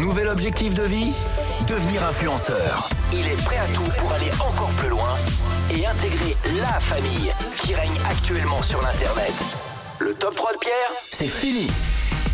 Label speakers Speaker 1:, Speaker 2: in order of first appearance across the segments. Speaker 1: Nouvel objectif de vie Devenir influenceur. Il est prêt à tout pour aller encore plus loin et intégrer la famille qui règne actuellement sur l'Internet. Le top 3 de Pierre, c'est fini.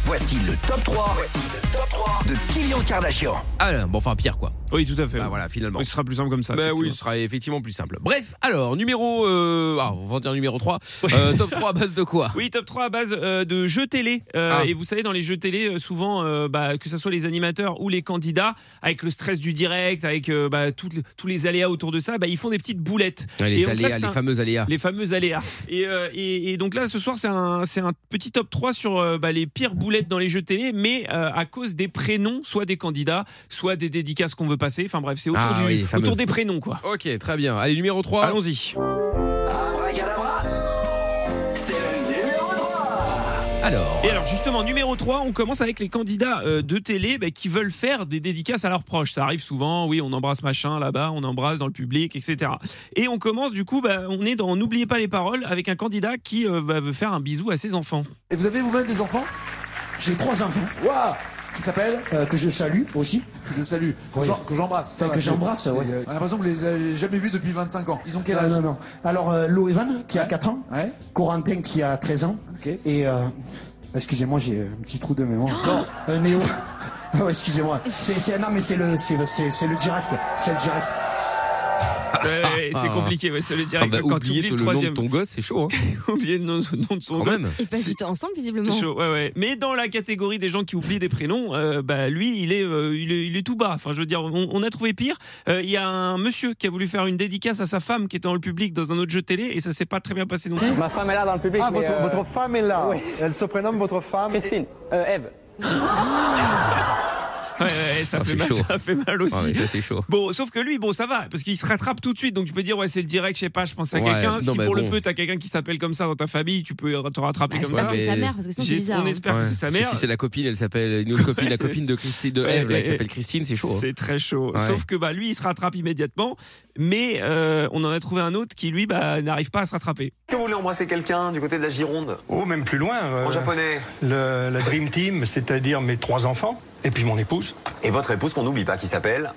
Speaker 1: Voici le top 3, Voici le top 3 de Kylian Kardashian.
Speaker 2: Ah, bon, enfin, Pierre, quoi.
Speaker 3: Oui, tout à fait.
Speaker 2: Bah, voilà, finalement.
Speaker 3: Bah Oui, Ce sera plus simple comme ça.
Speaker 2: Ben oui,
Speaker 3: effectivement.
Speaker 2: ce sera effectivement plus simple. Bref, alors, numéro. euh, ah, on va dire numéro 3. Euh, top 3 à base de quoi
Speaker 3: Oui, top 3 à base euh, de jeux télé. Euh,
Speaker 2: Ah.
Speaker 3: Et vous savez, dans les jeux télé, euh, souvent, euh, bah, que ce soit les animateurs ou les candidats, avec le stress du direct, avec euh, bah, toutes les- tous les aléas autour de ça, bah, ils font des petites boulettes.
Speaker 2: Ouais,
Speaker 3: Et
Speaker 2: Les
Speaker 3: donc là,
Speaker 2: aléas,
Speaker 3: c'est
Speaker 2: les
Speaker 3: un-
Speaker 2: fameux aléas.
Speaker 3: les fameux aléas. Et, euh, et- et donc là, ce soir, c'est un, c'est un petit top 3 sur euh, bah, les pires boulettes dans les jeux télé, mais euh, à cause des prénoms, soit des candidats, soit des dédicaces qu'on veut passer. Enfin bref, c'est autour,
Speaker 2: Ah
Speaker 3: du-
Speaker 2: oui, les fameux.
Speaker 3: autour des prénoms, quoi.
Speaker 2: Ok, très bien. Allez, numéro
Speaker 3: Ah.
Speaker 2: 3.
Speaker 3: Allons-y.
Speaker 1: Abracadabra, c'est le numéro 3.
Speaker 2: Alors.
Speaker 3: Et alors justement, numéro 3, on commence avec les candidats euh, de télé bah, qui veulent faire des dédicaces à leurs proches. Ça arrive souvent, oui, on embrasse machin là-bas, on embrasse dans le public, etc. Et on commence du coup, bah, on est dans N'oubliez pas les paroles avec un candidat qui euh, bah, veut faire un bisou à ses enfants.
Speaker 4: Et vous avez vous-même des enfants
Speaker 5: J'ai trois enfants
Speaker 4: Waouh Qui s'appellent
Speaker 5: euh, que je salue aussi.
Speaker 4: Que je salue, que
Speaker 5: Oui.
Speaker 4: j'en- que j'embrasse.
Speaker 5: Enfin,
Speaker 4: Ça va,
Speaker 5: que
Speaker 4: c'est-
Speaker 5: j'embrasse,
Speaker 4: c'est,
Speaker 5: ouais. Ah,
Speaker 4: euh, J'ai l'impression que vous les avez jamais vus depuis 25 ans. Ils ont quel
Speaker 5: Non,
Speaker 4: âge
Speaker 5: non, non. Alors, euh, Lo Evan, qui a 4 ans.
Speaker 4: Ouais.
Speaker 5: Corentin, qui a 13 ans.
Speaker 4: Ok.
Speaker 5: Et, euh, excusez-moi, j'ai un petit trou de mémoire. Euh, Néo. Oh, excusez-moi. C'est, c'est, non, mais c'est le, c'est, c'est, c'est le direct. C'est le direct.
Speaker 3: Ouais, ouais, c'est compliqué, ouais, c'est le
Speaker 2: Ah
Speaker 3: direct.
Speaker 2: bah,
Speaker 3: quand
Speaker 2: oublier le
Speaker 3: t'oublies le
Speaker 2: nom de
Speaker 3: troisième,
Speaker 2: ton gosse, c'est chaud, hein,
Speaker 3: oublier le nom, nom de son
Speaker 2: quand
Speaker 3: gosse,
Speaker 2: même.
Speaker 6: Ils passent du temps ensemble, visiblement.
Speaker 3: C'est chaud, ouais, ouais. Mais dans la catégorie des gens qui oublient des prénoms, euh, bah, lui, il est, euh, il, est, il est tout bas. Enfin, je veux dire, on, on a trouvé pire. Euh, Il y a un monsieur qui a voulu faire une dédicace à sa femme qui était dans le public dans un autre jeu télé et ça s'est pas très bien passé non plus.
Speaker 7: Ma femme est là dans le public.
Speaker 8: Ah,
Speaker 7: mais,
Speaker 8: votre,
Speaker 7: euh,
Speaker 8: votre femme est là. Elle se prénomme votre femme.
Speaker 7: Christine, euh, Eve.
Speaker 3: Ouais, ouais, ça,
Speaker 2: Ah,
Speaker 3: fait
Speaker 2: c'est
Speaker 3: mal,
Speaker 2: chaud.
Speaker 3: ça fait mal aussi.
Speaker 2: Ah, mais ça, c'est chaud.
Speaker 3: Bon, sauf que lui, bon, ça va, parce qu'il se rattrape tout de suite. Donc tu peux dire, ouais, c'est le direct, je sais pas, je pense à
Speaker 2: Ouais,
Speaker 3: quelqu'un.
Speaker 2: non,
Speaker 3: Si
Speaker 2: bah,
Speaker 3: pour le
Speaker 2: bon.
Speaker 3: peu, t'as quelqu'un qui s'appelle comme ça dans ta famille, tu peux te rattraper
Speaker 6: Bah,
Speaker 3: comme
Speaker 6: j'espère
Speaker 3: ça.
Speaker 6: que c'est
Speaker 2: mais-
Speaker 6: sa mère, parce que sinon c'est
Speaker 3: J'ai-
Speaker 6: bizarre.
Speaker 3: on
Speaker 6: hein.
Speaker 3: espère
Speaker 2: Ouais.
Speaker 3: que c'est sa
Speaker 2: Parce que
Speaker 3: mère.
Speaker 2: si c'est la copine, elle s'appelle une autre copine, la copine de Christine de Eve, là, qui
Speaker 3: Ouais,
Speaker 2: s'appelle Christine, c'est chaud. hein.
Speaker 3: C'est très chaud.
Speaker 2: Ouais.
Speaker 3: Sauf que bah, lui, il se rattrape immédiatement. Mais euh, on en a trouvé un autre qui, lui, bah, n'arrive pas à se rattraper.
Speaker 9: Que voulez embrasser quelqu'un du côté de la Gironde
Speaker 10: Oh, même plus loin. euh,
Speaker 9: en japonais
Speaker 10: le- la Dream Team, c'est-à-dire mes trois enfants et puis mon épouse.
Speaker 9: Et votre épouse qu'on n'oublie pas qui s'appelle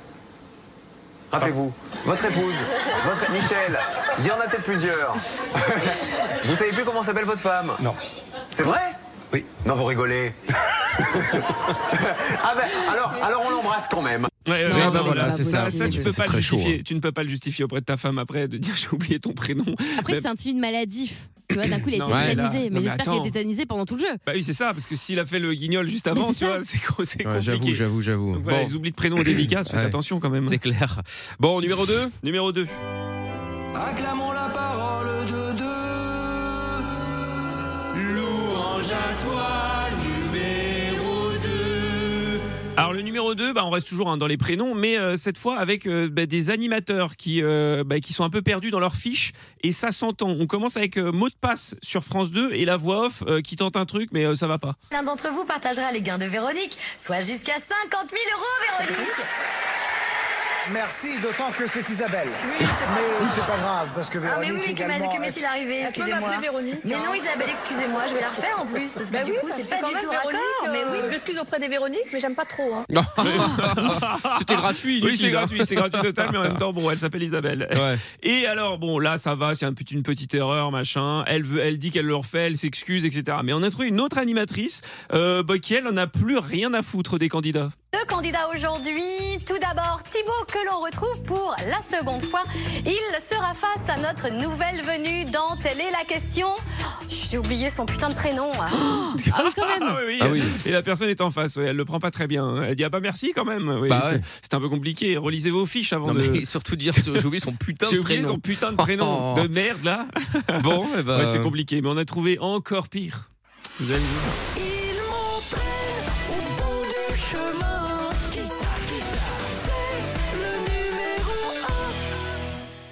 Speaker 9: Rappelez-vous, votre épouse, votre Michel, il y en a peut-être plusieurs. Vous savez plus comment s'appelle votre femme
Speaker 10: Non.
Speaker 9: C'est vrai
Speaker 10: Oui.
Speaker 9: Non, vous rigolez. ah ben, alors, alors on l'embrasse quand même.
Speaker 3: Ouais, ouais,
Speaker 6: Non, mais
Speaker 3: bah,
Speaker 6: c'est
Speaker 3: voilà,
Speaker 6: pas
Speaker 3: c'est ça.
Speaker 6: possible.
Speaker 3: Ça, tu
Speaker 2: C'est
Speaker 3: peux pas le
Speaker 2: très chaud, hein.
Speaker 3: justifier. Tu ne peux pas le justifier auprès de ta femme après de dire j'ai oublié ton prénom.
Speaker 6: Après,
Speaker 3: Bah,
Speaker 6: c'est un timide maladif. Tu vois, d'un coup, il est
Speaker 3: Non, mais là-
Speaker 6: tétanisé.
Speaker 3: non, mais
Speaker 6: Mais j'espère qu'il
Speaker 3: attends.
Speaker 6: est tétanisé pendant tout le jeu.
Speaker 3: Bah oui, c'est ça, parce que s'il a fait le guignol juste avant,
Speaker 6: c'est
Speaker 3: tu
Speaker 6: ça.
Speaker 3: vois, c'est co- c'est
Speaker 2: Ouais, j'avoue,
Speaker 3: compliqué.
Speaker 2: j'avoue, j'avoue.
Speaker 3: Donc, voilà,
Speaker 2: Bon,
Speaker 3: Ils oublient de prénom et dédicace, faites
Speaker 2: Ouais.
Speaker 3: attention quand même. hein.
Speaker 2: c'est clair. Bon, numéro 2
Speaker 3: Numéro 2.
Speaker 1: Acclamons la parole de deux.
Speaker 3: Louange à toi, numéro 2. Alors le numéro 2, bah, on reste toujours hein, dans les prénoms, mais euh, cette fois avec euh, bah, des animateurs qui, euh, bah, qui sont un peu perdus dans leurs fiches, et ça s'entend. On commence avec euh, mot de passe sur France 2 et la voix off euh, qui tente un truc, mais euh, ça va pas.
Speaker 11: L'un d'entre vous partagera les gains de Véronique, soit jusqu'à 50 000 euros, Véronique.
Speaker 8: Merci, d'autant que c'est Isabelle.
Speaker 7: euh,
Speaker 8: Mais c'est pas grave, parce que
Speaker 11: Ah,
Speaker 8: Véronique
Speaker 11: mais oui, que m'a-
Speaker 8: également,
Speaker 11: que m'est-il arrivé Excusez-moi.
Speaker 7: hein.
Speaker 11: Mais non, Isabelle, excusez-moi, je vais la refaire en plus, parce que
Speaker 7: Bah
Speaker 11: du coup, c'est pas du tout raccord. Mais oui,
Speaker 7: euh, m'excuse auprès des Véroniques, mais j'aime pas trop. Hein.
Speaker 2: C'était gratuit,
Speaker 3: Oui, c'est
Speaker 2: inutile, hein.
Speaker 3: gratuit, c'est gratuit total, mais en même temps, bon, elle s'appelle Isabelle.
Speaker 2: Ouais.
Speaker 3: Et alors, bon, là, ça va, c'est un petit- une petite erreur, machin. Elle, veut, elle dit qu'elle le refait, elle s'excuse, etc. Mais on a trouvé une autre animatrice euh, bah, qui, elle, n'en a plus rien à foutre des candidats.
Speaker 11: deux candidats aujourd'hui. Tout d'abord, Thibaut, que l'on retrouve pour la seconde fois. Il sera face à notre nouvelle venue dans Telle est la question. J'ai oublié son putain de prénom. hein.
Speaker 6: Ah oui, quand même.
Speaker 3: Ah oui, oui.
Speaker 2: Ah oui.
Speaker 3: Et la personne est en face, ouais, elle le prend pas très bien. Elle dit ah bah merci quand même. Oui,
Speaker 2: Bah
Speaker 3: c'est
Speaker 2: ouais.
Speaker 3: c'est un peu compliqué. Relisez vos fiches avant
Speaker 2: Non,
Speaker 3: de.
Speaker 2: mais surtout dire, j'ai oublié son putain
Speaker 3: J'ai
Speaker 2: de
Speaker 3: oublié
Speaker 2: prénom.
Speaker 3: son putain de prénom
Speaker 2: Oh.
Speaker 3: de merde là.
Speaker 2: Bon, eh ben,
Speaker 3: Ouais, c'est compliqué, mais on a trouvé encore pire. Vous allez voir.
Speaker 1: Ils m'entraînent au bout du chemin. Qui ça, qui ça C'est le numéro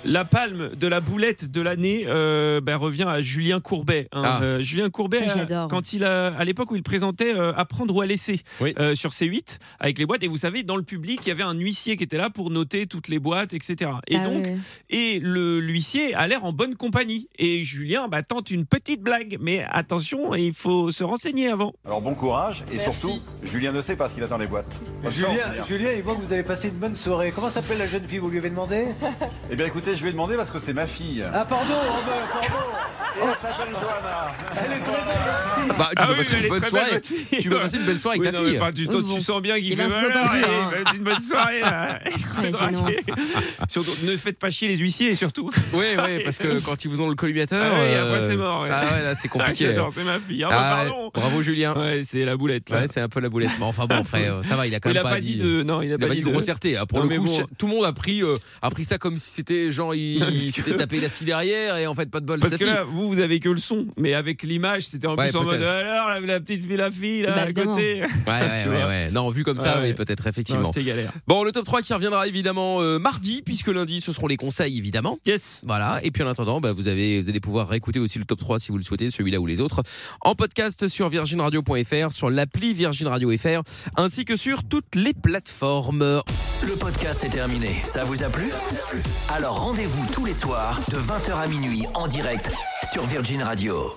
Speaker 3: La palme de la boulette de l'année euh, bah, revient à Julien Courbet. hein.
Speaker 2: Ah.
Speaker 3: Euh, Julien Courbet,
Speaker 2: Ah, je
Speaker 3: euh,
Speaker 2: l'adore.
Speaker 3: quand il a, à l'époque où il présentait euh, Apprendre ou à laisser euh, sur C8 avec les boîtes, et vous savez, dans le public, il y avait un huissier qui était là pour noter toutes les boîtes, etc. Et
Speaker 6: Bah,
Speaker 12: Ah
Speaker 3: donc,
Speaker 12: ouais.
Speaker 3: et le l'huissier a l'air en bonne compagnie. Et Julien bah, tente une petite blague, mais attention, il faut se renseigner avant.
Speaker 13: Alors bon courage et
Speaker 3: Merci.
Speaker 13: surtout, Julien ne sait pas ce qu'il attend les boîtes. Bonne chance,
Speaker 14: Julien,
Speaker 13: Julien.
Speaker 14: Julien, il voit que vous avez passé une bonne soirée. Comment s'appelle la jeune fille Vous lui avez demandé
Speaker 13: Eh bien écoutez, je vais demander parce que c'est ma fille.
Speaker 14: Ah, pardon, oh, bah, pardon.
Speaker 13: Elle s'appelle Johanna.
Speaker 14: Elle est trop belle.
Speaker 2: Bah, tu
Speaker 3: Ah
Speaker 2: peux passer
Speaker 3: oui, mais elle
Speaker 2: une
Speaker 3: est
Speaker 2: bonne
Speaker 3: très belle,
Speaker 2: soirée.
Speaker 3: votre fille.
Speaker 2: Tu peux passer une belle soirée avec
Speaker 3: Oui,
Speaker 2: ta
Speaker 3: non, mais
Speaker 2: fille.
Speaker 3: enfin, tu,
Speaker 2: Oui, bon.
Speaker 3: tu sens bien qu'il
Speaker 2: Il va
Speaker 3: fait
Speaker 2: se
Speaker 3: mal,
Speaker 2: retentir,
Speaker 3: et
Speaker 2: hein.
Speaker 3: il va être une bonne soirée. là. Il va
Speaker 2: Ouais,
Speaker 3: draguer. Surtout, ne faites pas chier les huissiers, surtout.
Speaker 2: Oui, oui, parce que quand ils vous ont le collimateur.
Speaker 3: Ah ouais, et après,
Speaker 2: euh,
Speaker 3: c'est mort, ouais.
Speaker 2: Ah ouais, là, c'est compliqué.
Speaker 3: Ah, j'adore, c'est ma fille. Ah bah,
Speaker 2: ouais,
Speaker 3: pardon.
Speaker 2: Bravo, Julien.
Speaker 3: Ouais, c'est la boulette.
Speaker 2: Ouais, c'est un peu la boulette. Mais enfin, bon, après, euh, ça va, il a quand
Speaker 3: Il
Speaker 2: même
Speaker 3: a pas dit de- non, il a pas dit
Speaker 2: de
Speaker 3: de-
Speaker 2: grossièreté. hein. Pour
Speaker 3: Non,
Speaker 2: le
Speaker 3: mais
Speaker 2: coup,
Speaker 3: bon.
Speaker 2: cha- tout le monde a pris, euh, a pris ça comme si c'était genre, il,
Speaker 3: Non, mais
Speaker 2: il
Speaker 3: parce
Speaker 2: s'était
Speaker 3: que-
Speaker 2: tapé la fille derrière et en fait, pas de bol.
Speaker 3: Parce
Speaker 2: sa
Speaker 3: que
Speaker 2: fille.
Speaker 3: là, vous, vous avez que le son, mais avec l'image, c'était en
Speaker 2: Ouais,
Speaker 3: plus en mode
Speaker 2: peut-être.
Speaker 3: alors la, la petite fille, la fille là
Speaker 2: Bah,
Speaker 3: à
Speaker 2: évidemment.
Speaker 3: côté.
Speaker 2: Ouais, ouais,
Speaker 3: Tu
Speaker 2: ouais,
Speaker 3: vois.
Speaker 2: ouais. Non, vu comme ça,
Speaker 3: Ouais,
Speaker 2: oui,
Speaker 3: ouais.
Speaker 2: peut-être, effectivement.
Speaker 3: Non, C'était galère.
Speaker 2: Bon, le top 3 qui reviendra évidemment euh, mardi, puisque lundi, ce seront les conseils, évidemment.
Speaker 3: Yes.
Speaker 2: Voilà. Et puis en attendant, bah, vous, avez, vous allez pouvoir réécouter aussi le top 3 si vous le souhaitez, celui-là ou les autres, en podcast sur virginradio.fr, sur l'appli Virgin Radio FR, ainsi que sur toutes les plateformes.
Speaker 1: Le podcast est terminé. Ça vous a plu Alors rendez-vous tous les soirs de 20h à minuit en direct sur Virgin Radio.